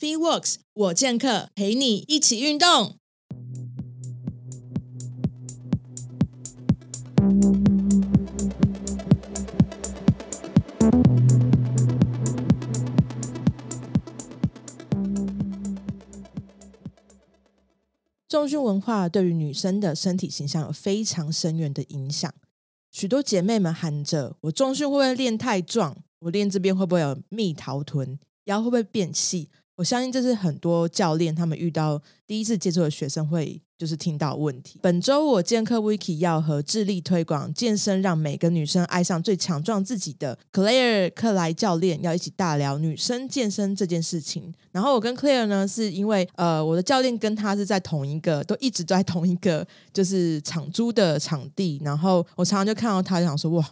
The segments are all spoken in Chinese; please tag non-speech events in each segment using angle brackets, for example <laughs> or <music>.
FeeWorks，我健客陪你一起运动。重训文化对于女生的身体形象有非常深远的影响。许多姐妹们喊着：“我重训会不会练太壮？我练这边会不会有蜜桃臀？腰会不会变细？”我相信这是很多教练他们遇到第一次接触的学生会就是听到的问题。本周我健客 Wiki 要和致力推广健身，让每个女生爱上最强壮自己的 Claire 克莱教练要一起大聊女生健身这件事情。然后我跟 Claire 呢，是因为呃我的教练跟她是在同一个，都一直都在同一个就是场租的场地，然后我常常就看到她，就想说哇，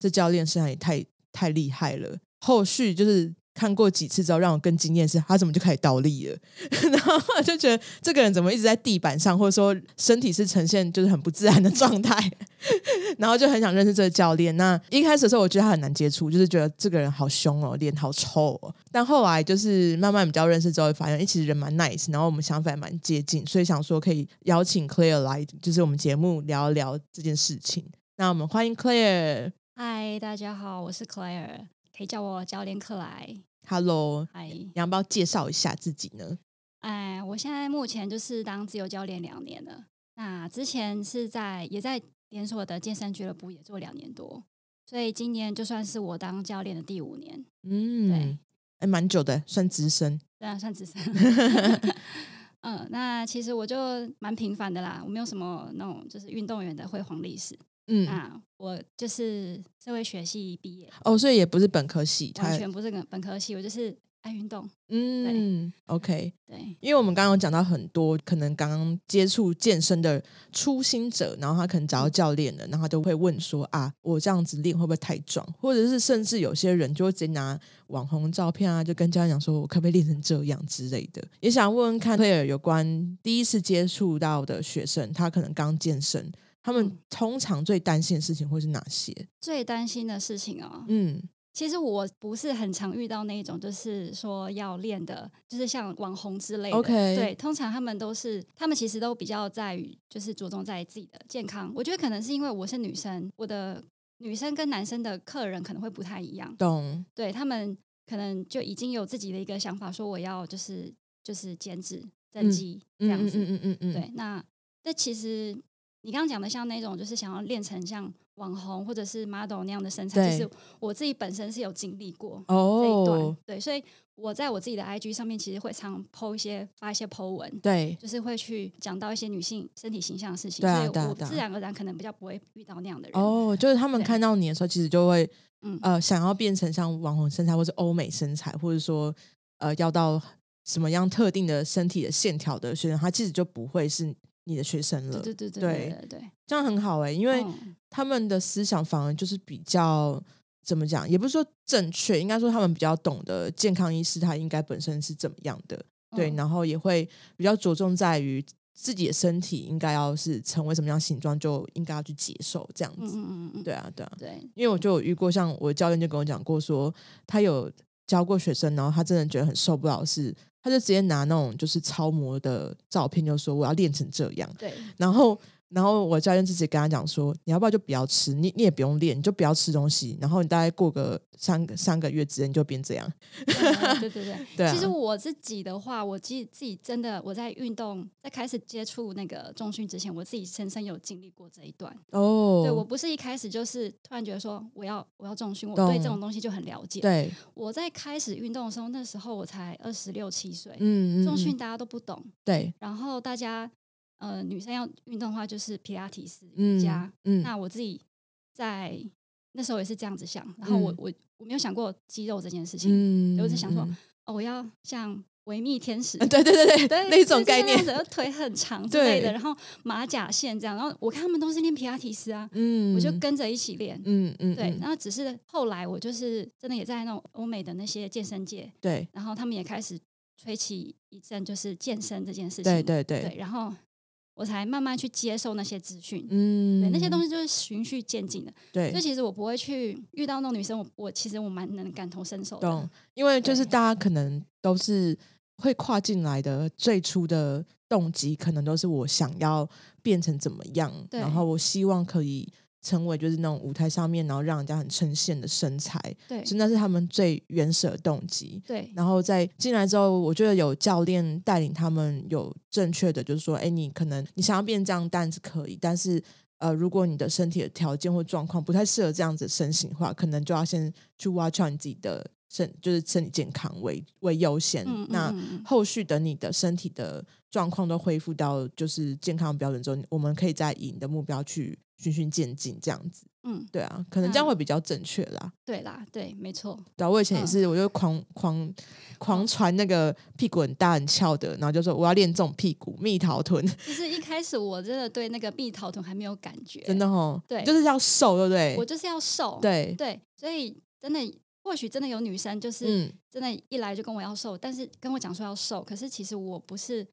这教练身材也太太厉害了。后续就是看过几次之后，让我更惊艳是，他怎么就开始倒立了？ <laughs> 然后我就觉得这个人怎么一直在地板上，或者说身体是呈现就是很不自然的状态， <laughs> 然后就很想认识这个教练。那一开始的时候，我觉得他很难接触，就是觉得这个人好凶哦，脸好臭哦。但后来就是慢慢比较认识之后，发现诶其实人蛮 nice，然后我们想法也蛮接近，所以想说可以邀请 Claire 来，就是我们节目聊一聊这件事情。那我们欢迎 Claire。嗨，大家好，我是 Claire，可以叫我教练克莱。 Hello，嗨，要不要介绍一下自己呢？哎，我现在目前就是当自由教练两年了。那之前是在也在连锁的健身俱乐部也做两年多，所以今年就算是我当教练的第五年，嗯，还蛮久的，算资深。对啊，算资深。嗯，那其实我就蛮平凡的啦，我没有什么那种就是运动员的辉煌历史。嗯，那我就是社会学系毕业，哦，所以也不是本科系，他完全不是本本科系，我就是爱运动。嗯，OK，对，因为我们刚刚有讲到很多可能刚刚接触健身的初心者，然后他可能找到教练了，然后他就会问说啊，我这样子练会不会太壮？或者是甚至有些人就会直接拿网红照片啊，就跟教练讲说我可不可以练成这样之类的。也想问问看佩尔有关第一次接触到的学生，他可能刚健身。他们嗯通常最担心的事情会是哪些？最担心的事情哦，嗯其实我不是很常遇到那一种，就是说要练的，就是像网红之类的。 OK 对，通常他们都是，他们其实都比较在于，就是着重在自己的健康。我觉得可能是因为我是女生，我的女生跟男生的客人可能会不太一样，懂，对他们可能就已经有自己的一个想法，说我要就是就是减脂增肌、这样子。嗯嗯嗯，对，那那其实你刚刚讲的像那种，就是想要练成像网红或者是 model 那样的身材，其对实我自己本身是有经历过这一段，哦，对，所以我在我自己的 IG 上面其实会常 PO 一些发一些 PO 文。对，就是会去讲到一些女性身体形象的事情，对啊所对以啊我对啊自然而然可能比较不会遇到那样的人。哦，就是他们对看到你的时候，其实就会嗯，呃想要变成像网红身材，或是欧美身材，或者说呃要到什么样特定的身体的线条的学生，他其实就不会是你的学生了对。对对对对对对对，这样很好哎、因为嗯他们的思想反而就是比较。怎么讲？也不是说正确，应该说他们比较懂得健康意识，他应该本身是怎么样的。对，嗯然后也会比较着重在于自己的身体应该要是成为什么样的形状，就应该要去接受这样嗯子。嗯嗯嗯，对啊，对啊，对因为我就有遇过，像我教练就跟我讲过说他有教过学生，然后他真的觉得很受不了的是，他就直接拿那种就是超模的照片，就说我要练成这样，对然后。然后我教练自己跟他讲说，你要不要就不要吃，你你也不用练，你就不要吃东西，然后你大概过个三个三个月之间你就变这样。对对对对，对啊，其实我自己的话，我自己自己真的我在运动，在开始接触那个重训之前，我自己深深有经历过这一段。哦，对我不是一开始就是突然觉得说我要我要重训，我对懂这种东西就很了解。对，我在开始运动的时候，那时候我才二十六七岁，嗯，嗯重嗯训大家都不懂，对，然后大家呃女生要运动的话就是皮拉提斯、嗯瑜伽。嗯，那我自己在那时候也是这样子想，然后我、嗯我我没有想过肌肉这件事情，嗯我只想说嗯哦，我要像维密 <laughs> 天使嗯对对对对，对，那种就是概那样念，子，然后腿很长之类对的，然后马甲线这样，然后我看他们都是练皮拉提斯啊，嗯我就跟着一起练。嗯嗯，对嗯，然后只是后来我就是真的也在那种欧美的那些健身界，对然后他们也开始吹起一阵就是健身这件事情，对对对对，然后我才慢慢去接受那些资讯，嗯，对那些东西，西就是循序渐进的。就对，其实我不会去遇到那种女生，我我其实我蛮能感同身受的，懂，因为就是对大家可能都是。会跨进来的最初的动机，可能都是我想要变成怎么样，对然后我希望可以成为就是那种舞台上面，然后让人家很呈现的身材，对所以那是他们最原始的动机。对然后在进来之后，我觉得有教练带领他们有正确的，就是说，哎，你可能你想要变这样，但是可以，但是呃，如果你的身体的条件或状况不太适合这样子的身形的话，可能就要先去挖掘你自己的身，就是身体健康为为优先。嗯嗯那嗯嗯后续等你的身体的状况都恢复到就是健康标准之后，我们可以再以你的目标去循序渐进，这样子。嗯，对啊，可能这样那会比较正确啦。对啦，对，没错，对啊、我以前也嗯是，我就狂狂狂传那个屁股很大很翘的，然后就说我要练这种屁股蜜桃臀，就是一开始我真的对那个蜜桃臀还没有感觉，真的哦，对就是要瘦，对不对？我就是要瘦，对，对，所以真的或许真的有女生就是嗯，真的，一来就跟我要瘦，但是跟我讲说要瘦，可是其实我不是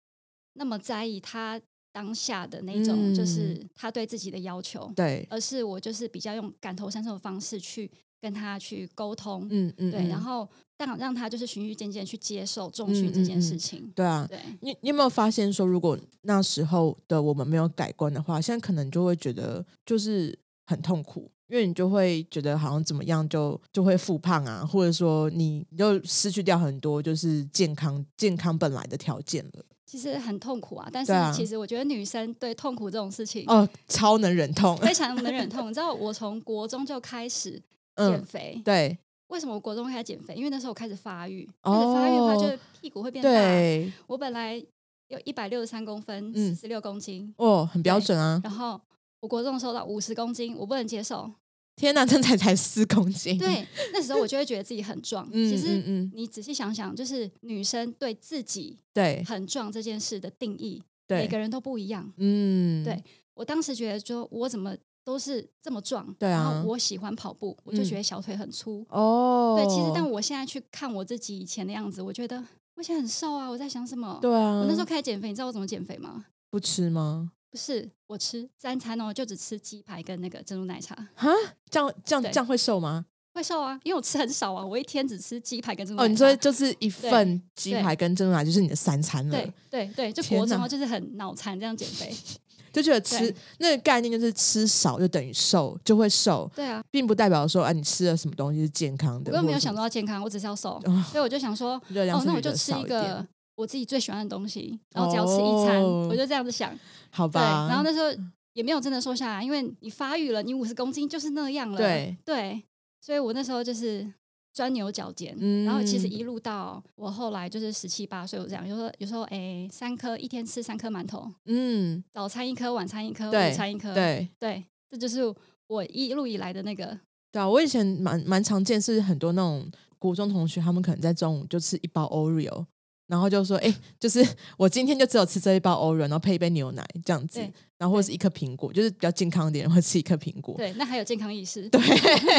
那么在意她当下的那种，嗯就是她对自己的要求，对，而是我就是比较用感同身受的方式去跟她去沟通，嗯嗯，对，嗯然后让让她就是循序渐进地去接受重训嗯这件事情，对啊，对你你有没有发现说，如果那时候的我们没有改观的话，现在可能就会觉得就是很痛苦，因为你就会觉得好像怎么样就就会复胖啊，或者说你你就失去掉很多就是健康健康本来的条件了。其实很痛苦啊，但是对啊其实我觉得女生对痛苦这种事情哦，超能忍痛， <laughs> 非常能忍痛，你知道我从国中就开始减嗯，肥，对。为什么我国中开始减肥？因为那时候我开始发育，哦开始发育的话，就是屁股会变大。对，我本来有一百六十三公分，嗯四十六公斤，哦，很标准啊！然后我国中的时候到五十公斤，我不能接受。天呐，这才才四公斤，， <laughs> 对，那时候我就会觉得自己很壮。嗯其嗯实嗯，你仔细想想，就是女生对自己对很壮这件事的定义，每对，个人都不一样。嗯，对我当时觉得说，我怎么都是这么壮，对啊然后我喜欢跑步，我就嗯觉得小腿很粗，哦，对，其实但我现在去看我自己以前的样子，我觉得我以前很瘦啊，我在想什么？对啊，我那时候开始减肥，你知道我怎么减肥吗？不吃吗？不是，我吃三餐哦，就只吃鸡排跟那个珍珠奶茶，哈，这样这样对这样会瘦吗？会瘦啊，因为我吃很少啊，我一天只吃鸡排跟珍珠哦，奶你茶。说就是一份鸡对排跟珍珠奶就是你的三餐了对，对对，就天国中哪哦就是很脑残这样减 <laughs> 肥，就觉得吃对那个概念就是吃少就等于瘦，就会瘦，对啊，并不代表说啊你吃了什么东西是健康我的，根本没或有者什想么到要健康，我只是 <laughs> 要瘦，哦所以我就想说，热量哦，摄那我取就的吃少一点个，我自己最喜欢的东西，然后只要吃一餐，哦我就这样子想，好对，吧？然后那时候也没有真的瘦下来，因为你发育了，你五十公斤就是那样了。对对，所以我那时候就是钻牛角尖，嗯然后其实一路到我后来就是十七八岁，我这样有时候有时候哎三颗一天吃三颗馒头，嗯，早餐一颗，晚餐一颗，对午餐一颗，对，对这就是我一路以来的那个对啊，我以前蛮蛮常见是很多那种国中同学，他们可能在中午就吃一包 Oreo，然后就说：“哎、就是 <laughs> 我今天就只有吃这一包 Oreo，然后配一杯牛奶这样子对，然后或者是一颗苹果，就是比较健康一点人会吃一颗苹果。对，那还有健康意识，对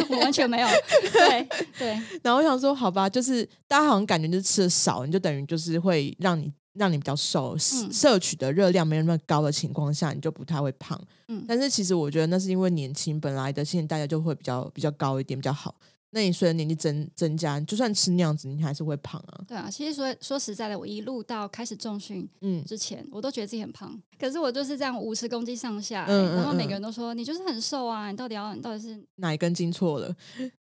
我完 <laughs> 全没有，对对”然后我想说，好吧，就是大家好像感觉就是吃的少，你就等于就是会让你让你比较瘦，摄嗯摄取的热量没有那么高的情况下，你就不太会胖。嗯但是其实我觉得那是因为年轻本来的现代就会比较比较高一点，比较好。那你随着年纪增增加，就算吃那样子，你还是会胖啊。对啊，其实说说实在的，我一路到开始重训，嗯，之前，我都觉得自己很胖，可是我就是这样五十公斤上下、欸嗯嗯然后每嗯个人都说你就是很瘦啊，你到底要你到底是哪一根筋错了？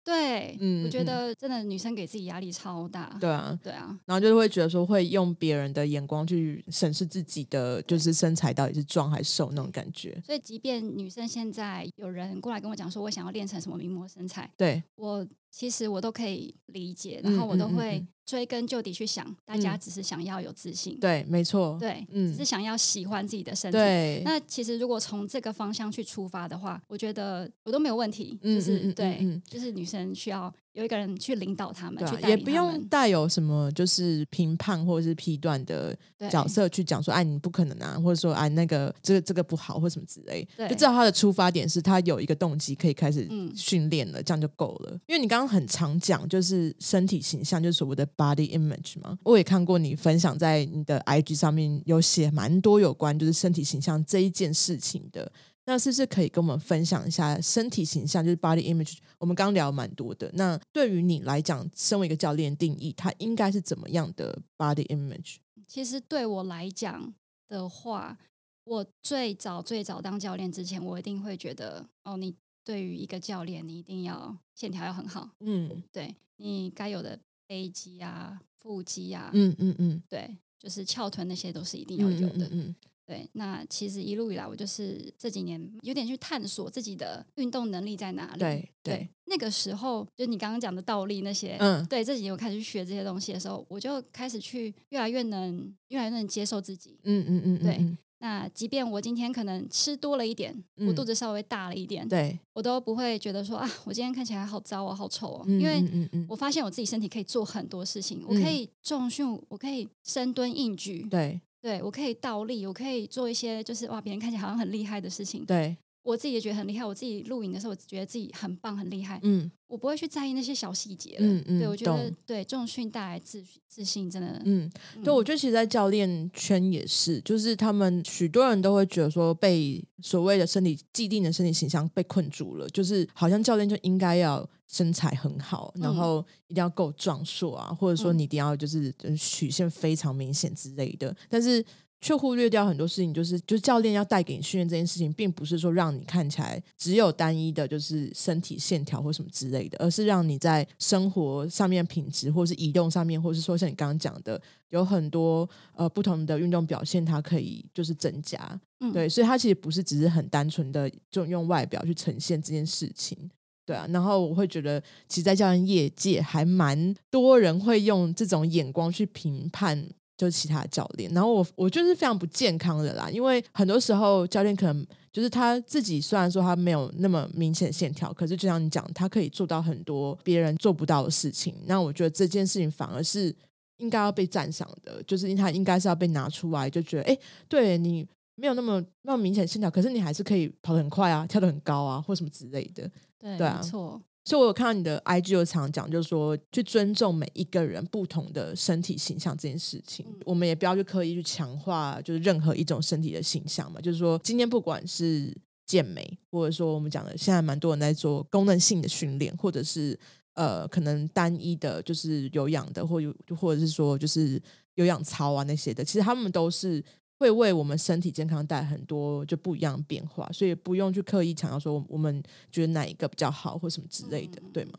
对，嗯我觉嗯得真的女生给自己压力超大，对啊，对啊，然后就会觉得说会用别人的眼光去审视自己的，就是身材到底是壮还是瘦那种感觉。所以即便女生现在有人过来跟我讲说我想要练成什么名模身材，对，我其实我都可以理解，嗯然后我都嗯嗯会嗯追根究底去想，大家嗯只是想要有自信，对，没错，对，嗯只是想要喜欢自己的身体。对，那其实如果从这个方向去出发的话，我觉得我都没有问题。嗯就是、嗯嗯对、嗯嗯就是女生需要有一个人去领导他们，对、去啊，带也领不他用们带有什么就是评判或者是批断的对角色去讲说，哎，你不可能啊，或者说哎，那个这个这个不好或什么之类，对就知道他的出发点是他有一个动机可以开始嗯训练了，这样就够了。因为你刚刚很常讲就是身体形象，就是所谓的 body image 嘛，我也看过你分享在你的 IG 上面有写蛮多有关就是身体形象这一件事情的。那是不是可以跟我们分享一下身体形象，就是 body image？我们刚聊蛮多的。那对于你来讲，身为一个教练，定义它应该是怎么样的 body image？其实对我来讲的话，我最早最早当教练之前，我一定会觉得，哦，你对于一个教练，你一定要线条要很好，嗯对你该有的背肌啊、腹肌啊，嗯嗯嗯，对，就是翘臀那些都是一定要嗯有嗯的。嗯嗯，对，那其实一路以来，我就是这几年有点去探索自己的运动能力在哪里。对对对，那个时候就你刚刚讲的倒立那些，嗯对，这几年我开始去学这些东西的时候，我就开始去越来越能越来越能接受自己。嗯嗯嗯，对嗯那即便我今天可能吃多了一点，我嗯肚子稍微大了一点，对，我都不会觉得说啊，我今天看起来好糟哦，好丑哦，嗯因为嗯嗯嗯我发现我自己身体可以做很多事情，我可以重训，我可以深蹲硬举，对对我可以倒立，我可以做一些就是哇，别人看起来好像很厉害的事情，对，我自己也觉得很厉害。我自己录影的时候，我觉得自己很棒很厉害，嗯我不会去在意那些小细节了。嗯嗯，对我觉得懂对重训带来自自信真的，嗯，对，我觉得其实，在教练圈也是，就是他们许多人都会觉得说，被所谓的身体既定的身体形象被困住了，就是好像教练就应该要身材很好，然嗯后一定要够壮硕啊，或者说嗯你一定要就是呃曲线非常明显之类的，但是。却忽略掉很多事情，就是就是教练要带给你训练这件事情，并不是说让你看起来只有单一的，就是身体线条或什么之类的，而是让你在生活上面品质，或是移动上面，或是说像你刚刚讲的，有很多呃不同的运动表现，它可以就是增加，嗯对，所以它其实不是只是很单纯的就用外表去呈现这件事情。对啊，然后我会觉得，其实，在教练业界还蛮多人会用这种眼光去评判，就是其他教练。然后我我觉得是非常不健康的啦，因为很多时候教练可能就是他自己，虽然说他没有那么明显的线条，可是就像你讲，他可以做到很多别人做不到的事情。那我觉得这件事情反而是应该要被赞赏的，就是他应该是要被拿出来，就觉得哎，诶对你没有那么那么明显的线条，可是你还是可以跑得很快啊，跳得很高啊，或什么之类的。对对啊没错，所以我有看到你的 IG 有常讲，就是说去尊重每一个人不同的身体形象这件事情，嗯我们也不要去刻意去强化，就是任何一种身体的形象嘛。就是说，今天不管是健美，或者说我们讲的现在蛮多人在做功能性的训练，或者是呃可能单一的，就是有氧的，或有或者是说就是有氧操啊那些的，其实他们都是。会为我们身体健康带来很多就不一样的变化，所以不用去刻意强调说我们觉得哪一个比较好或什么之类的，嗯对吗？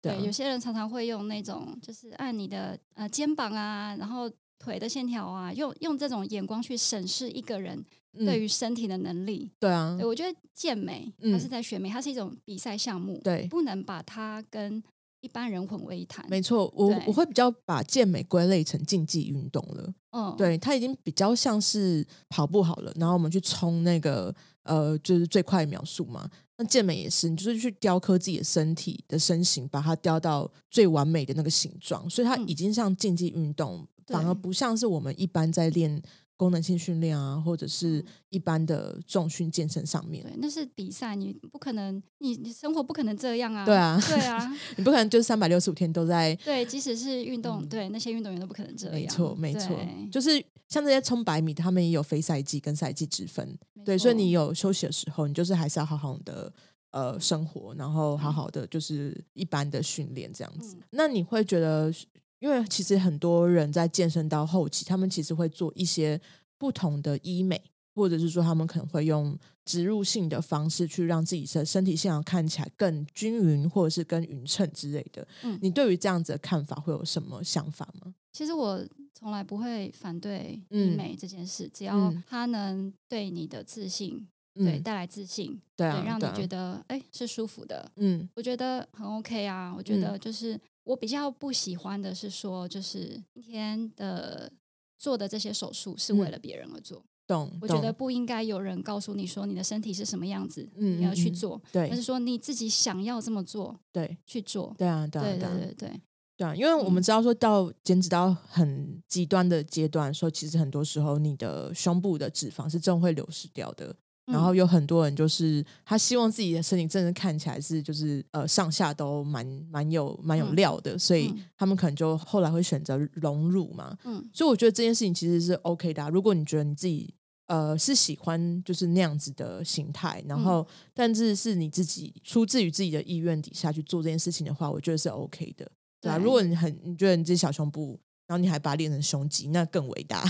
对啊有些人常常会用那种就是按你的呃肩膀啊，然后腿的线条啊，用用这种眼光去审视一个人嗯对于身体的能力。对啊对，，我觉得健美嗯它是在选美，它是一种比赛项目，对不能把它跟一般人混为一谈。没错，我对我会比较把健美归类成竞技运动了。嗯，对，它已经比较像是跑步好了，然后我们去冲那个呃，就是最快秒速嘛。那健美也是，你就是去雕刻自己的身体的身形，把它雕到最完美的那个形状，所以它嗯已经像竞技运动，对反而不像是我们一般在练功能性训练啊，或者是嗯一般的重训健身上面。对，那是比赛，你不可能，你你生活不可能这样啊。对啊 <laughs> 对啊，你不可能就是三百六十五天都在对，即使是运动，嗯对那些运动员都不可能这样。没错，没错啊对，就是像这些冲百米的，他们也有非赛季跟赛季之分。没对，所以错你有休息的时候，你就是还是要好好的呃生活，然后好好的就是一般的训练这样子。嗯那你会觉得，因为其实很多人在健身到后期，他们其实会做一些不同的医美，或者是说他们可能会用植入性的方式去让自己的身体线条看起来更均匀，或者是更匀称之类的。嗯你对于这样子的看法会有什么想法吗？其实我从来不会反对医嗯美这件事，只要嗯它能对你的自信，对嗯带来自信，对啊，对让你对啊觉得哎是舒服的，嗯我觉得很 OK 啊。我觉得就是我比较不喜欢的是说，就是今天的做的这些手术是为嗯了别人而做，懂，我觉得懂不应该有人告诉你说你的身体是什么样子，嗯你要去嗯嗯做，而是对说你自己想要这么做对去做。对啊对啊对对啊对对对，对啊，因为我们嗯知道说到减脂到很极端的阶段的时候，其实很多时候你的胸部的脂肪是真的会流失掉的。然后嗯有很多人就是他希望自己的身体真的看起来是就是呃上下都蛮蛮有蛮有嗯料的，所以嗯他们可能就后来会选择隆乳嘛。嗯所以我觉得这件事情其实是 OK 的啊、如果你觉得你自己呃是喜欢就是那样子的形态，然嗯后、但是是你自己出自于自己的意愿底下去做这件事情的话，我觉得是 OK 的，对啊。对如果你很你觉得你自己小胸部，然后你还把它练成胸肌，那更伟大，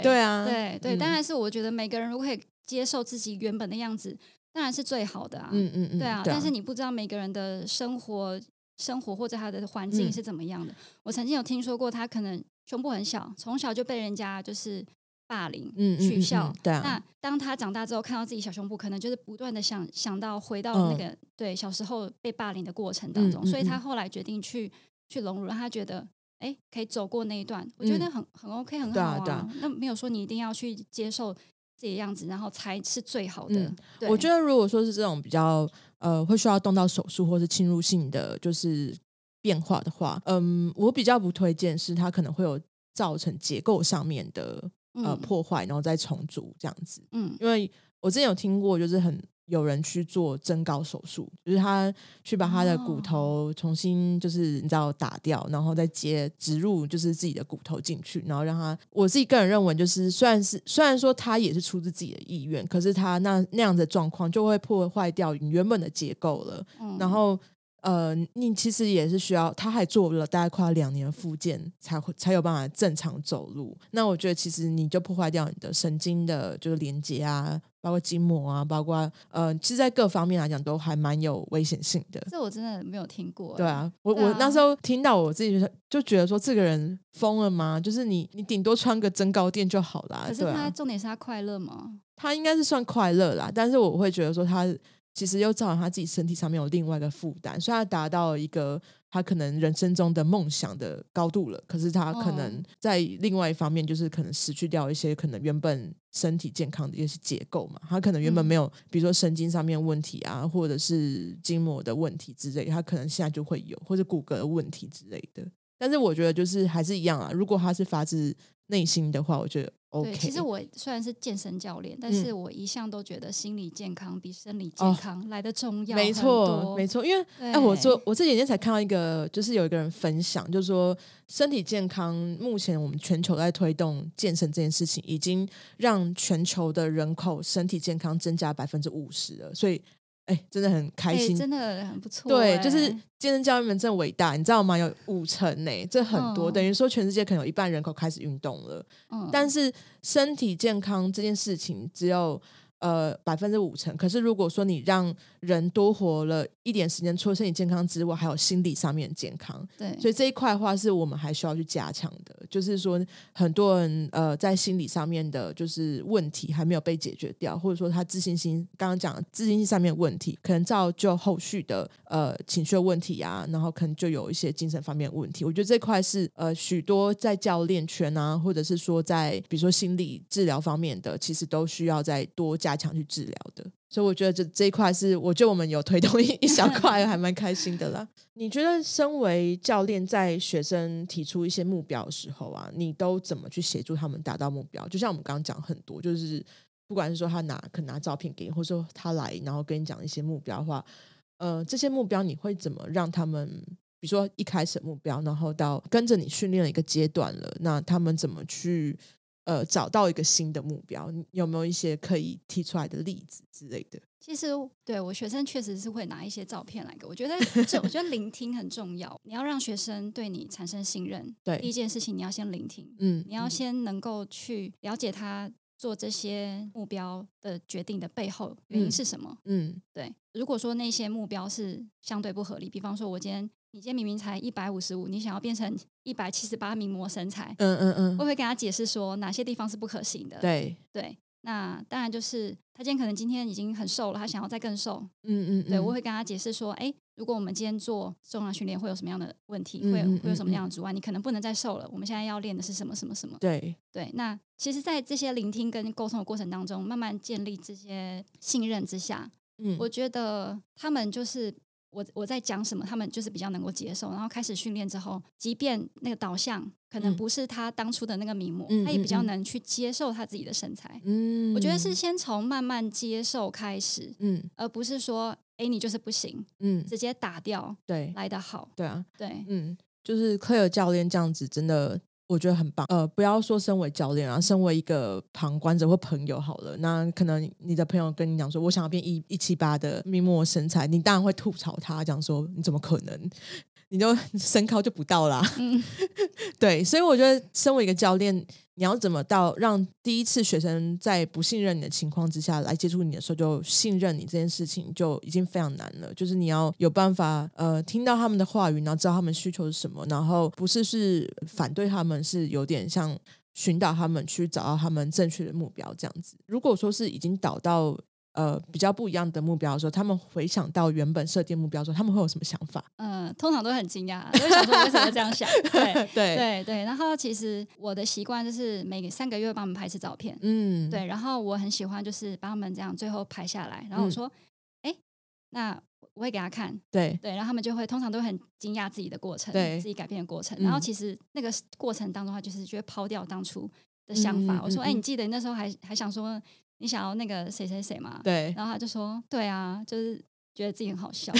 <laughs> 对啊，对对，当嗯然是我觉得每个人如果可以接受自己原本的样子，当然是最好的啊。嗯嗯嗯，对啊，但是你不知道每个人的生活、生活或者他的环境嗯是怎么样的。我曾经有听说过，他可能胸部很小，从小就被人家就是霸凌、嗯嗯取嗯笑。嗯对啊那当他长大之后，看到自己小胸部，可能就是不断的想想到回到那嗯个、对小时候被霸凌的过程当中，嗯嗯所以他嗯后来决定去去融入，让他觉得。哎，可以走过那一段，我觉得嗯很、很 OK，很好对啊对啊那没有说你一定要去接受自己的样子，然后才是最好的。嗯对我觉得如果说是这种比较呃会需要动到手术或是侵入性的就是变化的话，嗯，我比较不推荐是它可能会有造成结构上面的呃、嗯破坏，然后再重组这样子。嗯，因为我之前有听过，就是很有人去做增高手术，就是他去把他的骨哦头重新就是你知道打掉，然后再接植入就是自己的骨头进去，然后让他我自己个人认为，就是虽然是虽然说他也是出自自己的意愿，可是他那那样的状况就会破坏掉你原本的结构了，嗯然后。呃，你其实也是需要，他还做了大概快要两年的复健，才会才有办法正常走路。那我觉得其实你就破坏掉你的神经的，就是连接啊，包括筋膜啊，包括呃，其实，在各方面来讲都还蛮有危险性的。这我真的没有听过。对啊，我对啊我那时候听到我自己就就觉得说，这个人疯了吗？就是你你顶多穿个增高垫就好啦。可是对啊他重点是他快乐吗？他应该是算快乐啦，但是我会觉得说他其实又造成他自己身体上面有另外一个负担，所以他达到一个他可能人生中的梦想的高度了，可是他可能哦在另外一方面就是可能失去掉一些可能原本身体健康的一些结构嘛，他可能原本嗯没有、比如说神经上面问题啊，或者是筋膜的问题之类，他可能现在就会有或者骨骼的问题之类的。但是我觉得就是还是一样啊，如果他是发自内心的话，我觉得 OK。嗯对，其实我虽然是健身教练，但是我一向都觉得心理健康比生理健康来的重要很多。哦没错，没错。错，因为哎、对我昨我这几天才看到一个，就是有一个人分享，就是说身体健康，目前我们全球在推动健身这件事情，已经让全球的人口身体健康增加百分之五十了，所以哎、真的很开哎、心。真的很不错、对，哎就是健身教练们真伟大，你知道吗？有五成呢、这很多，嗯等于说全世界可能有一半人口开始运动了。嗯，但是身体健康这件事情只有呃百分之五成，可是如果说你让人多活了一点时间，除了身体健康之外，还有心理上面的健康，对，所以这一块的话是我们还需要去加强的。就是说，很多人呃在心理上面的就是问题还没有被解决掉，或者说他自信心刚刚讲的自信心上面的问题，可能造就后续的呃情绪的问题啊，然后可能就有一些精神方面的问题。我觉得这块是呃许多在教练圈啊，或者是说在比如说心理治疗方面的，其实都需要再多加强去治疗的。所以我觉得这这一块是，我觉得我们有推动一一小块，还蛮开心的啦。你觉得身为教练，在学生提出一些目标的时候啊，你都怎么去协助他们达到目标？就像我们刚刚讲很多，就是不管是说他拿可能拿照片给你，或者说他来然后跟你讲一些目标的话，呃，这些目标你会怎么让他们？比如说一开始的目标，然后到跟着你训练的一个阶段了，那他们怎么去呃找到一个新的目标？你有没有一些可以提出来的例子之类的？其实对我学生确实是会拿一些照片来给我，我觉 <laughs> 得这我觉得聆听很重要，你要让学生对你产生信任。对第一件事情你要先聆听，嗯，你要先能够去了解他做这些目标的决定的背后原因嗯是什么。嗯对，如果说那些目标是相对不合理，比方说我今天你今天明明才一百五十五，你想要变成一百七十八名模身材，嗯嗯嗯我嗯，会跟他解释说哪些地方是不可行的。对，对那当然就是他今天可能今天已经很瘦了，他想要再更瘦，嗯嗯，对嗯我会跟他解释说，哎，如果我们今天做重量训练会有什么样的问题，嗯会有嗯会有什么嗯样的阻碍，你可能不能再瘦了，我们现在要练的是什么什么什么。对，对，那其实，在这些聆听跟沟通的过程当中，慢慢建立这些信任之下，嗯，我觉得他们就是我我在讲什么，他们就是比较能够接受。然后开始训练之后，即便那个导向可能嗯不是他当初的那个名模，嗯他也比较嗯嗯能去接受他自己的身材。嗯，我觉得是，先从慢慢接受开始，嗯而不是说哎你就是不行，嗯，直接打掉对来的好。对啊，对，嗯，就是 Claire 教练这样子，真的我觉得很棒。呃，不要说身为教练啊，身为一个旁观者或朋友好了，那可能你的朋友跟你讲说，我想要变一一七八的密莫身材，你当然会吐槽他，讲说你怎么可能？你就 <laughs> 身高就不到啦。嗯，对，所以我觉得身为一个教练，你要怎么到让第一次学生在不信任你的情况之下来接触你的时候就信任你这件事情，就已经非常难了。就是你要有办法呃听到他们的话语，然后知道他们需求是什么，然后不是是反对他们，是有点像。寻找他们，去找到他们正确的目标，这样子。如果说是已经导到呃比较不一样的目标的时候，他们回想到原本设定目标的时候，他们会有什么想法？呃，通常都很惊讶，都会想说为什么这样想？ <laughs> 对 <laughs> 对对对。然后其实我的习惯就是每三个月帮他们拍一次照片，嗯，对。然后我很喜欢就是帮他们这样最后拍下来，然后我嗯说，哎、那我会给他看，对，对，然后他们就会通常都会很惊讶自己的过程，对自己改变的过程。然后嗯其实那个过程当中，他就是就会抛掉当初的想法。嗯我说：“嗯哎、嗯你记得你那时候还还想说你想要那个谁谁谁吗？”对，然后他就说：“对啊，就是觉得自己很好 <laughs> 笑。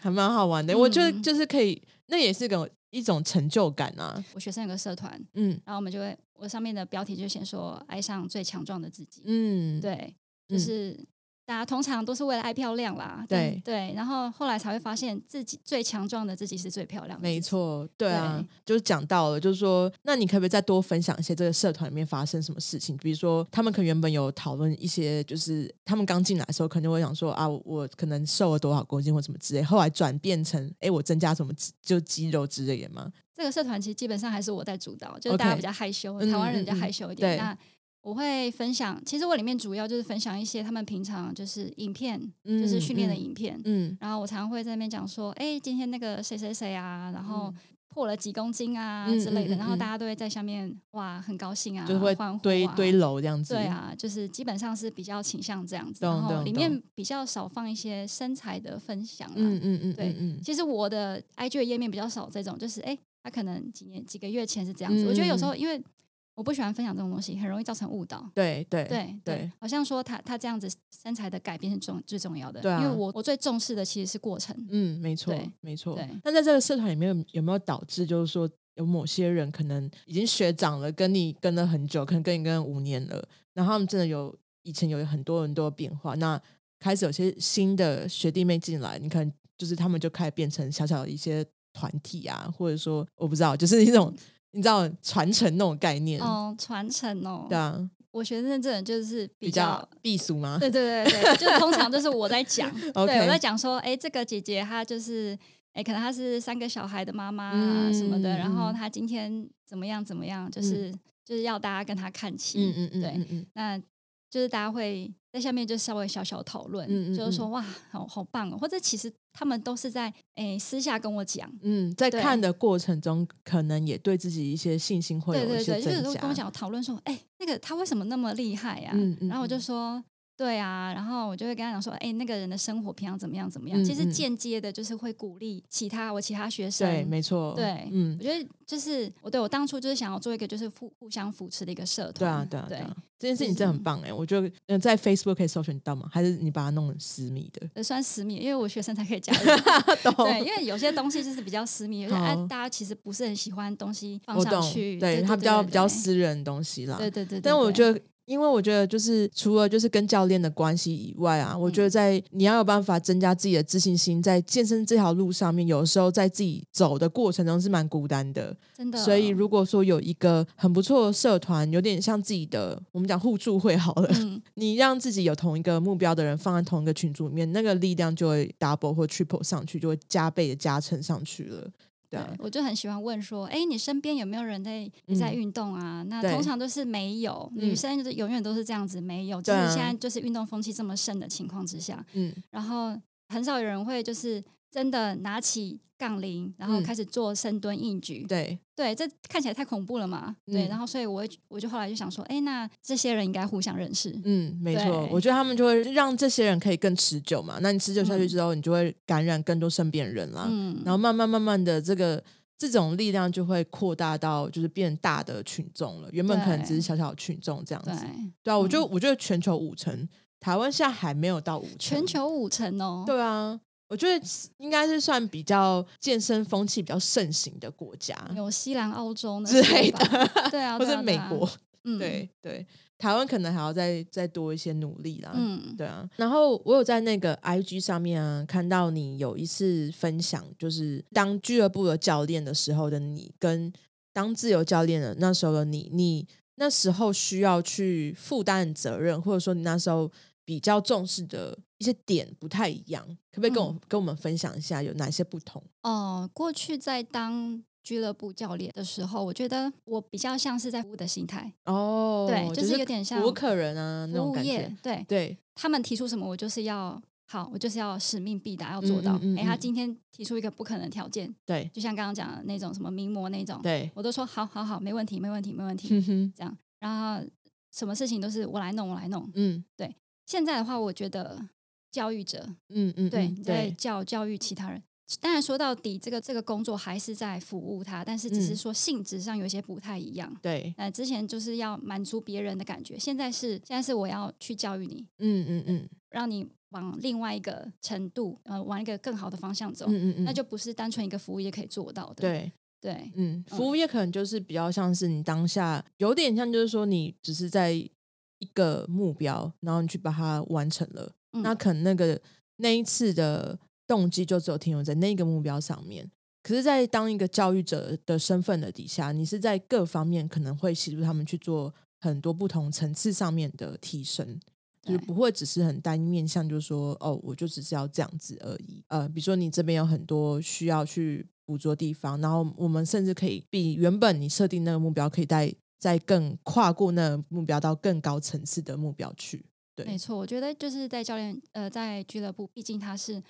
还蛮好玩的。我觉得嗯就是可以，那也是个一种成就感啊”。我学生有个社团，嗯然后我们就会我上面的标题就先说“爱上最强壮的自己”嗯，对，就嗯是。大家通常都是为了爱漂亮啦，但对对，然后后来才会发现自己最强壮的自己是最漂亮的自己。没错，对啊，对就是讲到了，就是说，那你可不可以再多分享一些这个社团里面发生什么事情？比如说，他们可能原本有讨论一些，就是他们刚进来的时候，可能就会想说啊，我我可能瘦了多少公斤或什么之类，后来转变成哎，我增加什么肌就肌肉之类的嘛。这个社团其实基本上还是我在主导，就是大家 OK 比较害羞嗯台湾人比较嗯嗯害羞一点。对那我会分享，其实我里面主要就是分享一些他们平常就是影片，嗯就是训练的嗯影片。嗯然后我常常会在那边讲说，哎，今天那个谁谁谁啊，然后破了几公斤啊嗯之类的，嗯嗯然后嗯大家都会在下面哇很高兴啊，就是会欢呼啊堆堆楼这样子。对，啊，就是基本上是比较倾向这样子，懂然后懂里面懂比较少放一些身材的分享啊，嗯嗯嗯，对嗯嗯其实我的 IG 的页面比较少这种，就是哎，诶他可能几年几个月前是这样子。我觉得嗯有时候因为我不喜欢分享这种东西，很容易造成误导。对对对对，好像说他他这样子身材的改变是重最重要的，对啊因为我我最重视的其实是过程。嗯，没错对，没错对。那在这个社团里面有有没有导致，就是说有某些人可能已经学长了，跟你跟了很久，可能跟你跟五年了，然后他们真的有以前有很多很多的变化，那开始有些新的学弟妹进来，你可能就是他们就开始变成小小的一些团体啊，或者说我不知道，就是一种你知道传承那种概念，哦，传承哦，嗯对啊，我学生这人就是比比较避俗吗？对对对对，就是通常都是我在讲， <laughs> OK 对我在讲说，哎，这个姐姐她就是，哎，可能她是三个小孩的妈妈啊嗯什么的，然后嗯她今天怎么样怎么样，就是、就是要大家跟她看齐，嗯嗯嗯，对，嗯嗯那就是大家会在下面就稍微小小讨论，嗯嗯就是说嗯哇，好好棒哦，或者其实他们都是在哎私下跟我讲。嗯，在对看的过程中，可能也对自己一些信心会对有一对些对，就是增会加。跟我讲讨论说，哎、那个他为什么那么厉害呀、嗯嗯然后我就嗯说，对啊，然后我就会跟他讲说，哎、那个人的生活平常怎么样怎么样。嗯其实嗯间接的就是会鼓励其他我其他学生。对，没错，对嗯我，觉得就是我对我当初就是想要做一个就是互互相扶持的一个社对团啊，。对啊，对对啊，这件事就情真的很是棒哎、我觉得，嗯、在 Facebook 可以搜寻到吗？还是你把它弄成私密的？呃算私密，因为我学生才可以加 <laughs> 入。懂啊对，因为有些东西就是比较私密，有些哎好，大家其实不是很喜欢东西放我懂上，去。对，对它比较比较。对私人的东西啦。对对对对对。但我得觉得，因为我觉得就是除了就是跟教练的关系以外啊，我嗯觉得在你要有办法增加自己的自信心，在健身这条路上面，有时候在自己走的过程中是蛮孤单的。真的，所以如果说有一个很不错的社团，有点像自己的，我们讲互助会好了，嗯，你让自己有同一个目标的人放在同一个群组里面，那个力量就会 double 或 triple 上去，就会加倍的加成上去了。对啊，我就很喜欢问说，哎，你身边有没有人在也在嗯运动啊？那对通常都是没有，嗯女生就是永远都是这样子，没有。就对是啊现在就是运动风气这么盛的情况之下，嗯，然后很少有人会就是真的拿起杠铃，然后嗯开始做深蹲、硬举。对，对，这看起来太恐怖了嘛。对，嗯然后所以我会我就后来就想说，哎，那这些人应该互相认识。嗯，没错对，我觉得他们就会让这些人可以更持久嘛。那你持久下去之后，你就会感染更多身边人啦。嗯，然后慢慢慢慢的，这个这种力量就会扩大到就是变大的群众了。原本可能只是小小的群众这样对子。，对啊，我就我觉得全球五成，台湾现在还没有到五成。全球五成哦。对啊，我觉得是应该是算比较健身风气比较盛行的国家有西兰、澳洲那啊之些类吧的，对或啊，对者啊美国，，对啊嗯，对对，台湾可能还要再再多一些努力啦。嗯，对啊，然后我有在那个 IG 上面啊看到你有一次分享，就是当俱乐部的教练的时候的你，跟当自由教练的那时候的你，你那时候需要去负担的责任，或者说你那时候比较重视的一些点不太一样，可不可以跟我、嗯跟我们分享一下有哪些不同？哦，过去在当俱乐部教练的时候，我觉得我比较像是在服务的心态，哦，对就是是有点像无可人啊那服种务感业觉，，对对，他们提出什么，我就是要好，我就是要使命必达，要做到。哎、嗯嗯嗯他嗯今天提出一个不可能条件，对，就像刚刚讲的那种什么名模那种，对，嗯我都说好好好，没问题，没问题，没问题，哼哼，这样。然后什么事情都是我来弄，我来弄。嗯现在的话，我觉得教育者嗯嗯，对嗯你在教教育其他人。当然，说到底，这个这个工作还是在服务他，但是只是嗯说性质上有些不太一样。对，呃，之前就是要满足别人的感觉，现在是现在是我要去教育你，嗯嗯嗯让你往另外一个程度，呃，往一个更好的方向走，嗯嗯嗯，那就不是单纯一个服务业可以做到的。对。对，嗯，服务业可能就是比较像是你当下有点像，就是说你只是在一个目标，然后你去把它完成了，嗯那可能那个那一次的动机就只有停留在那个目标上面。可是，在当一个教育者的身份的底下，你是在各方面可能会协助他们去做很多不同层次上面的提升，就是对不会只是很单一面向，就是说哦，我就只是要这样子而已。呃，比如说你这边有很多需要去捕捉地方，然后我们甚至可以比原本你设定那个目标，可以再再更跨过那个目标到更高层次的目标去。对没错，我觉得就是在教练，呃，在俱乐部，毕竟它是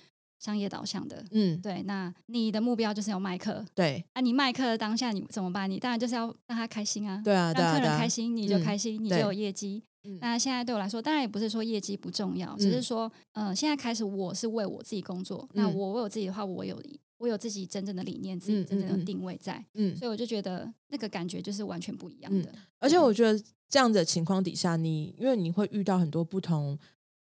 商业导向的。嗯，对，那你的目标就是要卖课对，啊！你卖课的当下你怎么办？你当然就是要让他开心啊，对啊，对让啊，客对人啊开心，你就嗯开心，你就对有业绩。嗯那现在对我来说，当然也不是说业绩不重要，只是嗯说，呃，现在开始我是为我自己工作。那嗯我为我自己的话，我有我有自己真正的理念，自己嗯嗯真正的嗯定位在，嗯，所以我就觉得那个感觉就是完全不一样嗯的。而且我觉得这样子的情况底下，你因为你会遇到很多不同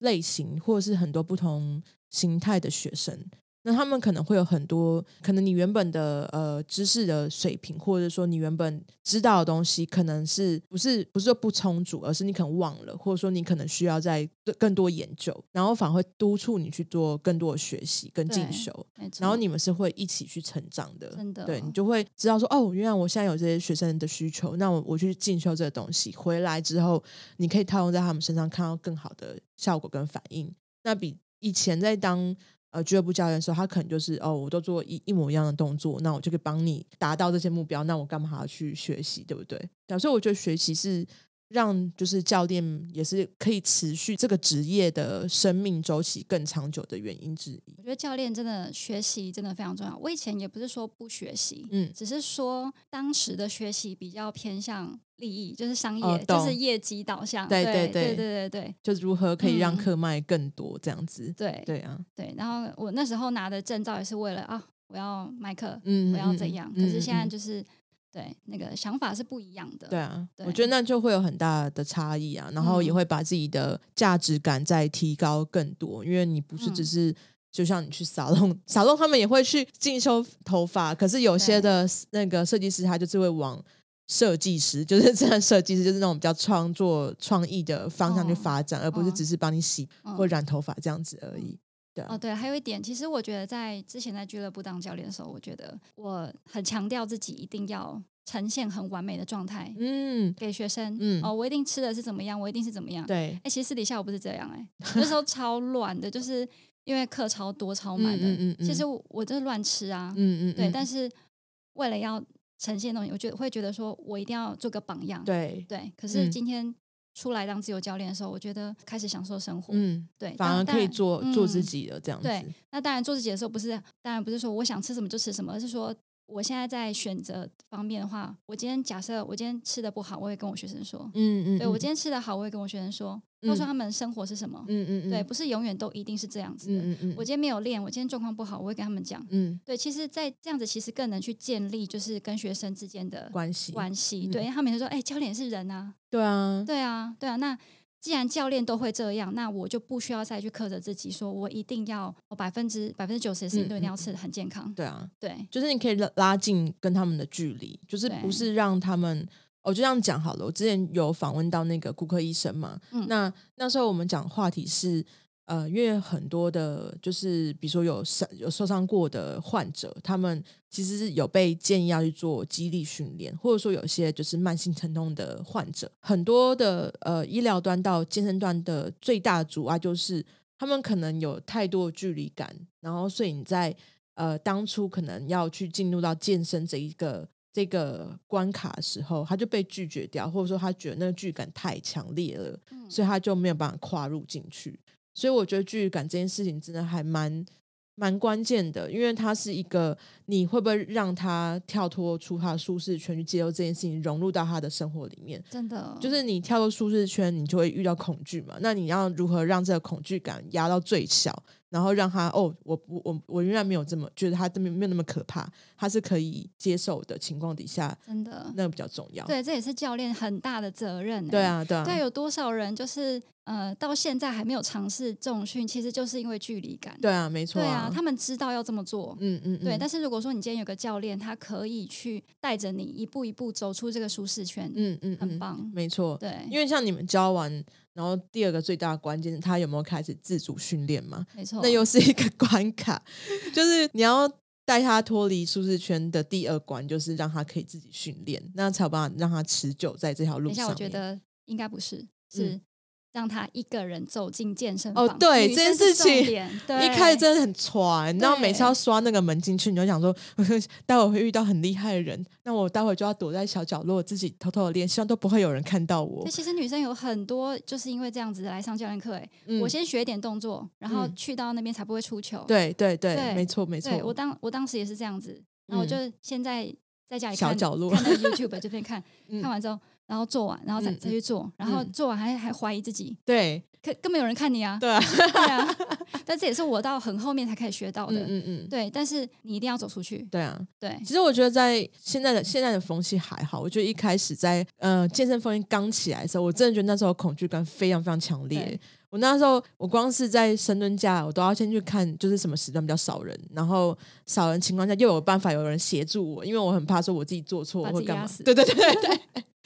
类型或者是很多不同形态的学生，那他们可能会有很多可能你原本的呃知识的水平，或者说你原本知道的东西，可能是不是不是说不充足，而是你可能忘了，或者说你可能需要再更多研究，然后反而会督促你去做更多的学习跟进对修。没错，然后你们是会一起去成长的，真的对你就会知道说，哦，原来我现在有这些学生的需求，那我我去进修这个东西，回来之后，你可以套用在他们身上，看到更好的效果跟反应。那比以前在当呃俱乐部教练的时候，他可能就是哦，我都做一一模一样的动作，那我就可以帮你达到这些目标，那我干嘛还要去学习，对不对？对啊所以我觉得学习是让就是教练也是可以持续这个职业的生命周期更长久的原因之一。我觉得教练真的学习真的非常重要。我以前也不是说不学习，嗯只是说当时的学习比较偏向利益，就是商业，哦就懂是业绩导向。对对对对对对对对就是如何可以让嗯课卖更多这样子。对对啊，对然后我那时候拿的证照也是为了啊，我要卖课，嗯，我要嗯怎样。可是现在、就是对那个想法是不一样的。对啊，对我觉得那就会有很大的差异啊，然后也嗯会把自己的价值感再提高更多，因为你不是只嗯是。就像你去沙龙， <laughs> 沙龙他们也会去进修头发，可是有些对的那个设计师他就是会往设计师，就是这样设计师就是那种比较创作创意的方向去哦发展，而不是哦只是帮你洗嗯或染头发这样子而已。哦，对，还有一点，其实我觉得在之前在俱乐部当教练的时候，我觉得我很强调自己一定要呈现很完美的状态，嗯，给学生，嗯哦，我一定吃的是怎么样，我一定是怎么样。哎、对，其实私底下我不是这样、 <laughs> 哎，那时候超乱的，就是因为课超多超满的，嗯嗯嗯嗯其实我我就是乱吃啊，嗯嗯，对，嗯但是为了要呈现东西，我觉得会觉得说我一定要做个榜样，对，对可是嗯今天出来当自由教练的时候，我觉得开始享受生活，嗯，对，反当而可以当做做自嗯己的这样子。对，那当然做自己的时候，不是当然不是说我想吃什么就吃什么，而是说我现在在选择方面的话，我今天假设我今天吃的不好，我会跟我学生说，嗯嗯，对我嗯今天吃的好，我会跟我学生说，告嗯诉他们生活是什么。嗯嗯嗯，对，不是永远都一定是这样子的。嗯嗯嗯，我今天没有练，我今天状况不好，我会跟他们讲。嗯对，其实，在这样子其实更能去建立就是跟学生之间的关系关系。嗯对，因为他们就说：“哎、教练也是人啊，对啊，对啊，对啊。”那既然教练都会这样，那我就不需要再去克着自己，说我一定要我百分之百分之九十的事情都一定要吃的很健康。嗯对啊，对就是你可以拉拉近跟他们的距离，就是对不是让他们。我、就这样讲好了。我之前有访问到那个骨科医生嘛，嗯那那时候我们讲话题是，呃，因为很多的，就是比如说有伤有受伤过的患者，他们其实是有被建议要去做肌力训练，或者说有些就是慢性疼痛的患者，很多的呃医疗端到健身端的最大阻碍就是他们可能有太多的距离感，然后所以你在呃当初可能要去进入到健身这一个这个关卡的时候，他就被拒绝掉，或者说他觉得那个距离感太强烈了，嗯所以他就没有办法跨入进去。所以我觉得距离感这件事情真的还蛮蛮关键的，因为它是一个你会不会让他跳脱出他的舒适圈去接受这件事情，融入到他的生活里面。真的就是你跳出舒适圈，你就会遇到恐惧嘛。那你要如何让这个恐惧感压到最小，然后让他哦，我不我我仍然没有这么觉得他这么没有那么可怕，他是可以接受的情况底下，真的，那个比较重要。对，这也是教练很大的责任、欸。嗯对啊，对啊，对，有多少人就是呃，到现在还没有尝试重训，其实就是因为距离感。对啊，没错对啊，他们知道要这么做。嗯嗯，嗯对，但是如果说你今天有个教练，他可以去带着你一步一步走出这个舒适圈，嗯嗯很嗯，棒。没错。对，因为像你们教完，然后第二个最大的关键是他有没有开始自主训练嘛？没错，那又是一个 <laughs> 关卡，就是你要带他脱离舒适圈的第二关，就是让他可以自己训练，那才有办法让他持久在这条等路一下，上面。嗯我觉得应该不是，是让他一个人走进健身哦房。对这女件生是事重情点对，一开始真的很喘，你知道对每次要刷那个门进去，你就想说，待会会遇到很厉害的人，那我待会就要躲在小角落自己偷偷的练，希望都不会有人看到我对，。其实女生有很多就是因为这样子来上教练课、欸，嗯我先学一点动作，然后嗯去到那边才不会出糗。对对对，对没错没错嗯对，我当我当时也是这样子，然后我就现在在家里小看角落 <laughs> 看那个 YouTube 这边看，嗯看完之后，然后做完，然后再嗯再去做，然后嗯做完还还怀疑自己，对可根本有人看 <laughs> 你啊，对 <laughs> 啊，对啊，但这也是我到很后面才开始学到嗯的，嗯嗯，对，但是你一定要走出去， <laughs> 对啊。对，其实我觉得在现在的现在的风气还好，我觉得一开始在呃健身风气刚起来的时候，我真的觉得那时候恐惧感非常非常强烈对。我那时候我光是在深蹲架，我都要先去看就是什么时段比较少人，然后少人情况下又有办法有人协助我，因为我很怕说我自己做错把或自己干压嘛。死对对对对。 <laughs>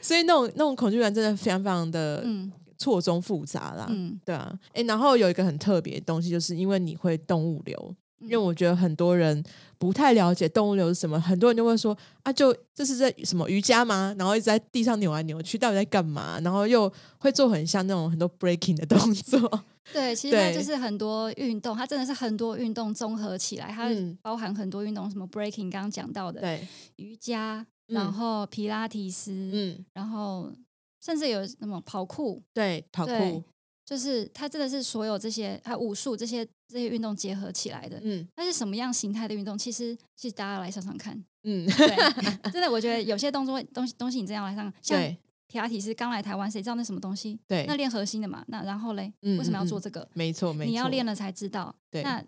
所以那种那种恐惧感真的非常非常的嗯错综复杂啦。嗯，对啊，哎，然后有一个很特别的东西，就是因为你会动物流，因为嗯我觉得很多人不太了解动物流是什么，很多人就会说啊，就这是在什么瑜伽吗？然后一直在地上扭来扭去，到底在干嘛？然后又会做很像那种很多 breaking 的动 <laughs> 作，对，其实它对就是很多运动，它真的是很多运动综合起来，它嗯包含很多运动，什么 breaking 刚刚讲到的对，瑜伽，嗯然后皮拉提斯，嗯，然后甚至有什么跑酷，对，跑对酷，就是它真的是所有这些还有武术这些这些运动结合起来的。嗯它是什么样形态的运动？其实其实大家来上 <laughs> 上看，嗯，对，真的我觉得有些动作东西东西你真的要来上，像对皮拉提斯刚来台湾，谁知道那什么东西？对那，练核心的嘛，那然后嘞，嗯为什么要嗯做嗯这个？没错没错，你要练了才知道。对那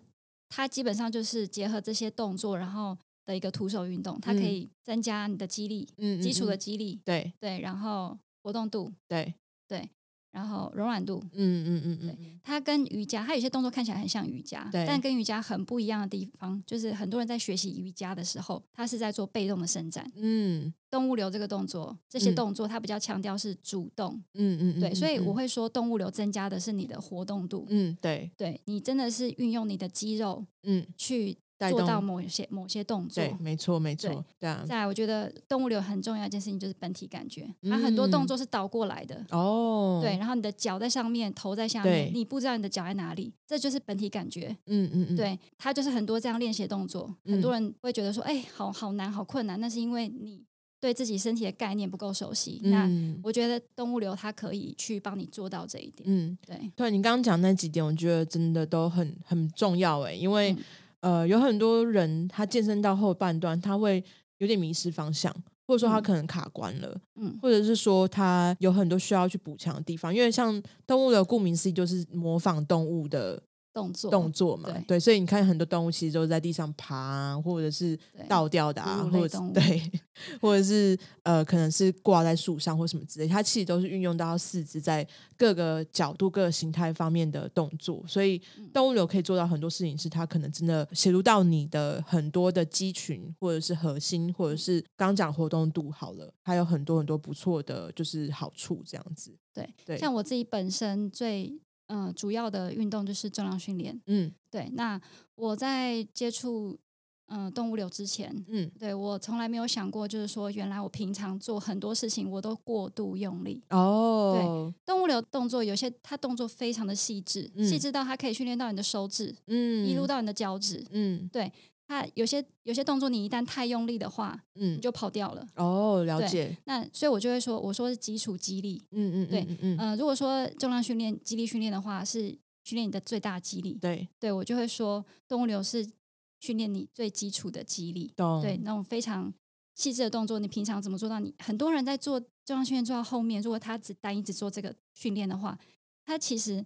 它基本上就是结合这些动作，然后的一个徒手运动，它可嗯以增加你的肌力，嗯，嗯基础的嗯肌力，对对，然后活动度，对，然后柔软度。嗯嗯嗯嗯嗯，它跟瑜伽，它有些动作看起来很像瑜伽，对但跟瑜伽很不一样的地方，就是很多人在学习瑜伽的时候，他是在做被动的伸展。嗯动物流这个动作，这些嗯动作它比较强调是主动，嗯嗯嗯，对，嗯所以嗯我会说动物流增加的是你的活动度，嗯对对你真的是运用你的肌肉嗯去带做动到某些某些动作对，。没错没对错，对啊，再来，我觉得动物流很重要一件事情就是本体感觉，它很多动作是倒过来的，嗯哦，对，，然后你的脚在上面，头在下对面，你不知道你的脚在哪里，这就是本体感觉。嗯嗯嗯，对，它就是很多这样练习的动作，很多人会觉得说，哎，好好难，好困难，那是因为你对自己身体的概念不够熟悉。那嗯我觉得动物流它可以去帮你做到这一点，嗯，对，对你刚刚讲那几点，我觉得真的都很很重要哎，因为、嗯呃，有很多人他健身到后半段，他会有点迷失方向，或者说他嗯可能卡关了，嗯，或者是说他有很多需要去补强的地方，因为像动物的顾名思义就是模仿动物的动作动作嘛，对对，所以你看很多动物其实都是在地上爬啊，或者是对倒吊的啊哺，或者乳类是动物对， <laughs> 或者是呃，可能是挂在树上或什么之类，它其实都是运用到四肢在各个角度、各个形态方面的动作。所以嗯动物流可以做到很多事情，是它可能真的协助到你的很多的肌群，或者是核心，或者是刚讲活动度好了，还有很多很多不错的就是好处这样子。对，对像我自己本身最嗯、呃主要的运动就是重量训练。嗯对，那我在接触嗯、呃动物流之前，嗯对我从来没有想过，就是说原来我平常做很多事情我都过度用力。哦，动物流动作有些它动作非常的细致，嗯细致到它可以训练到你的手指，嗯，一路到你的脚趾。嗯它有些有些动作你一旦太用力的话，嗯你就跑掉了。哦，了对解，那所以我就会说，我说是基础肌力。嗯嗯，对嗯嗯嗯，呃，如果说重量训练、肌力训练的话，是训练你的最大肌力。对，对我就会说，动物流是训练你最基础的肌力。懂，对，那种非常细致的动作，你平常怎么做到你？很多人在做重量训练做到后面，如果他只单一只做这个训练的话，他其实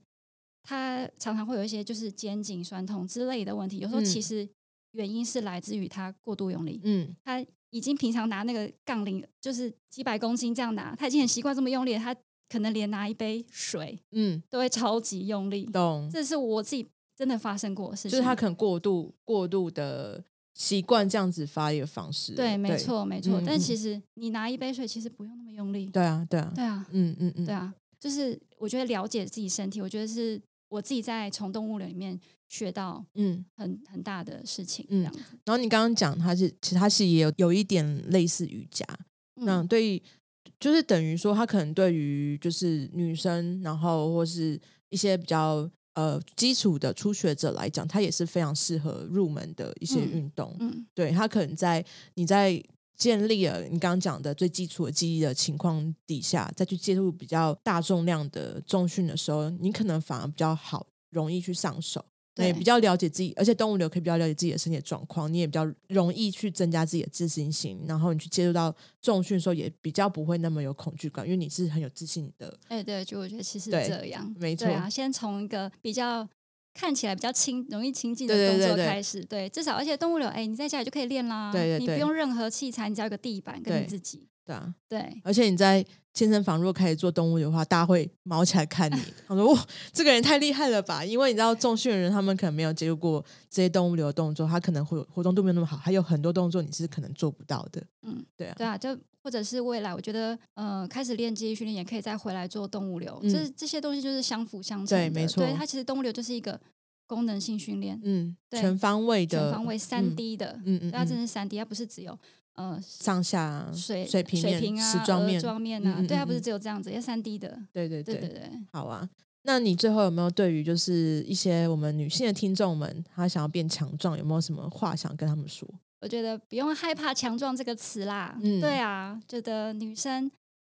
他常常会有一些就是肩颈酸痛之类的问题。有时候嗯其实原因是来自于他过度用力，嗯，他已经平常拿那个杠铃就是几百公斤这样拿，他已经很习惯这么用力了，他可能连拿一杯水嗯，都会超级用力。懂，这是我自己真的发生过的事情，就是他可能过度过度的习惯这样子发力的方式了，对，没，错，没错。嗯但嗯其实你拿一杯水，其实不用那么用力。对啊，对啊，对啊，嗯嗯嗯，对啊，就是我觉得了解自己身体，我觉得是我自己在从动物里面学到嗯。很很大的事情，嗯这样子。然后你刚刚讲它是，其实它是也有有一点类似瑜伽，那嗯，对于，就是等于说，他可能对于就是女生，然后或是一些比较呃基础的初学者来讲，它也是非常适合入门的一些嗯运动。嗯对，它可能在你在建立了你刚刚讲的最基础的记忆的情况底下，再去接触比较大重量的重训的时候，你可能反而比较好，容易去上手。那也对比较了解自己，而且动物流可以比较了解自己的身体的状况，你也比较容易去增加自己的自信心，然后你去接触到重训的时候，也比较不会那么有恐惧感，因为你是很有自信的。哎、对，就我觉得其实对这样，没对错啊，先从一个比较。看起来比较亲、容易亲近对的对动对作对开始，对，至少而且动物流，哎、你在家里就可以练啦，对对对你不用任何器材，你只要有个地板跟对你自己，对啊，对，而且你在健身房如果开始做动物流的话，大家会毛起来看你， <laughs> 他说：“哇，这个人太厉害了吧！”因为你知道重训的人，他们可能没有接触过这些动物流的动作，他可能活活动度没有那么好，还有很多动作你是可能做不到的。嗯，对啊，对啊，就或者是未来，我觉得呃，开始练肌力训练也可以再回来做动物流，嗯这这些东西就是相辅相成对的。没错对它其实动物流就是一个功能性训练，嗯，对全方位的，全方位三嗯 D 的，嗯嗯对它啊嗯真的是三 D，它不是只有呃上下啊水水平面、水平啊、时装面额，妆面嗯啊嗯，对，嗯它不是嗯只有这样子，要三 D 的，对对对对对。好啊。那你最后有没有对于就是一些我们女性的听众们，她想要变强壮，有没有什么话想跟他们说？我觉得不用害怕“强壮”这个词啦。嗯对啊，觉得女生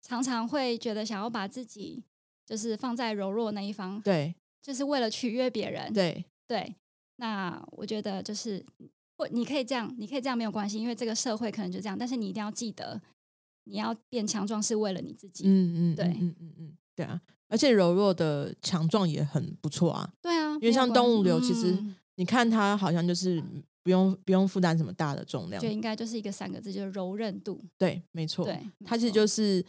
常常会觉得想要把自己就是放在柔弱那一方，对就是为了取悦别人。对，对，那我觉得就是或你可以这样，你可以这样没有关系，因为这个社会可能就这样，但是你一定要记得，你要变强壮是为了你自己。嗯嗯，对嗯嗯嗯嗯，对啊。而且柔弱的强壮也很不错啊。对啊，因为像动物流其实嗯你看它好像就是不用不用负担什么大的重量就，应该就是一个三个字，就是柔韧度。对，没错，对，没它其实错就是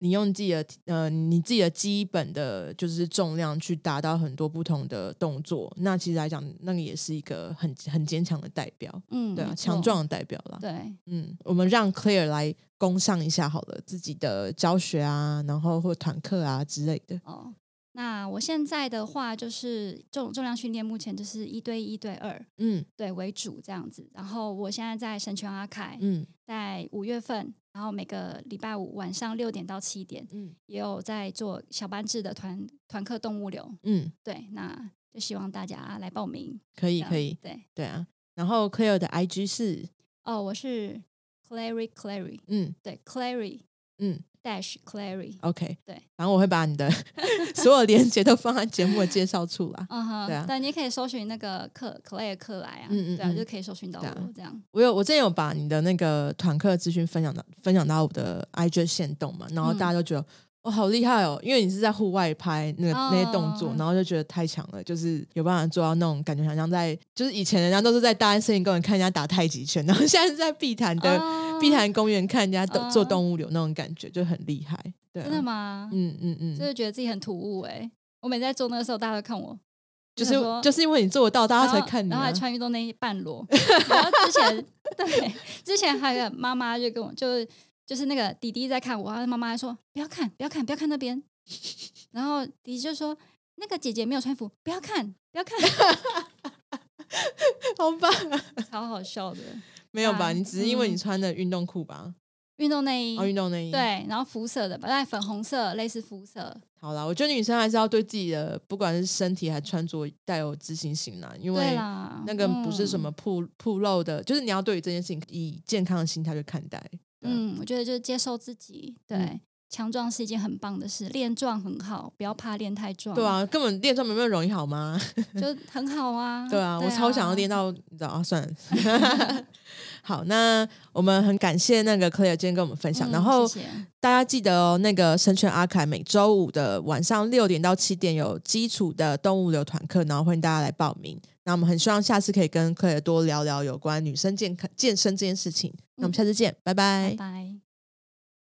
你用自己的呃你自己的基本的就是重量去达到很多不同的动作，那其实来讲，那个也是一个很很坚强的代表，嗯，对啊，没强错。壮的代表啦。对，嗯，我们让 Claire 来攻上一下好了，自己的教学啊，然后或团课啊之类的。哦。那我现在的话就是重重量训练，目前就是一对一对二嗯对为主这样子。然后我现在在神泉阿凯，嗯在五月份，然后每个礼拜五晚上六点到七点，嗯也有在做小班制的团团课动物流，嗯，对，那就希望大家来报名。可以这样可以，对，对啊。然后 Claire 的 IG 是哦，我是 Clary Clary，嗯对，Clary 嗯 Dash Clary， OK，对，反正我会把你的 <laughs> 所有连接都放在节目的介绍处啦。嗯哼，对啊你也可以搜寻那个克 Clay 克莱啊，嗯嗯对啊，嗯就可以搜寻到对啊我这样。我有，我之前有把你的那个团课资讯分享到分享到我的 IG 线动嘛，然后嗯大家都觉得、哦，好厉害哦！因为你是在户外拍那个、那些动作哦，然后就觉得太强了，就是有办法做到那种感觉，好像在就是以前人家都是在大安森林公园看人家打太极拳，然后现在是在碧潭的、哦碧潭公园看人家动、哦做动物流那种感觉，就很厉害。对、啊，真的？吗？嗯嗯就嗯，是觉得自己很突兀哎、我每次在做那个时候，大家都看我，就是想说就是因为你做得到，大然家后才看你、然后啊还。穿运动内衣半裸。 <laughs> 然后之前对，之前还有妈妈就跟我，就就是那个弟弟在看我，然后妈妈还说不要看，不要看，不要看那边。 <laughs> 然后弟弟就说那个姐姐没有穿衣服，不要看， <laughs> 不要看，好吧，超好笑的。没有吧？啊你只是因为嗯你穿的运动裤吧？运动内衣，哦，运动内衣。，对，然后肤色的吧，大概粉红色，类似肤色，好啦，我觉得女生还是要对自己的不管是身体还穿着带有自信心啦，因对为啦，那个不是什嗯么铺铺露的，就是你要对于这件事情以健康的心态去看待。对嗯，我觉得就是接受自己，对，嗯强壮是一件很棒的事，练壮很好，不要怕练太壮，对，啊，根 <laughs> 本练壮没有容易好吗？就很好啊。对啊，我超想要练到，你知道啊？算了。 <laughs> 好，那我们很感谢那个 Claire 今天跟我们分享，嗯然后谢谢大家记得哦，那个神犬阿凯每周五的晚上六点到七点有基础的动物流团课，然后欢迎大家来报名。那我们很希望下次可以跟克莱多聊聊有关女生健康健身这件事情。那我们下次见，拜拜拜拜。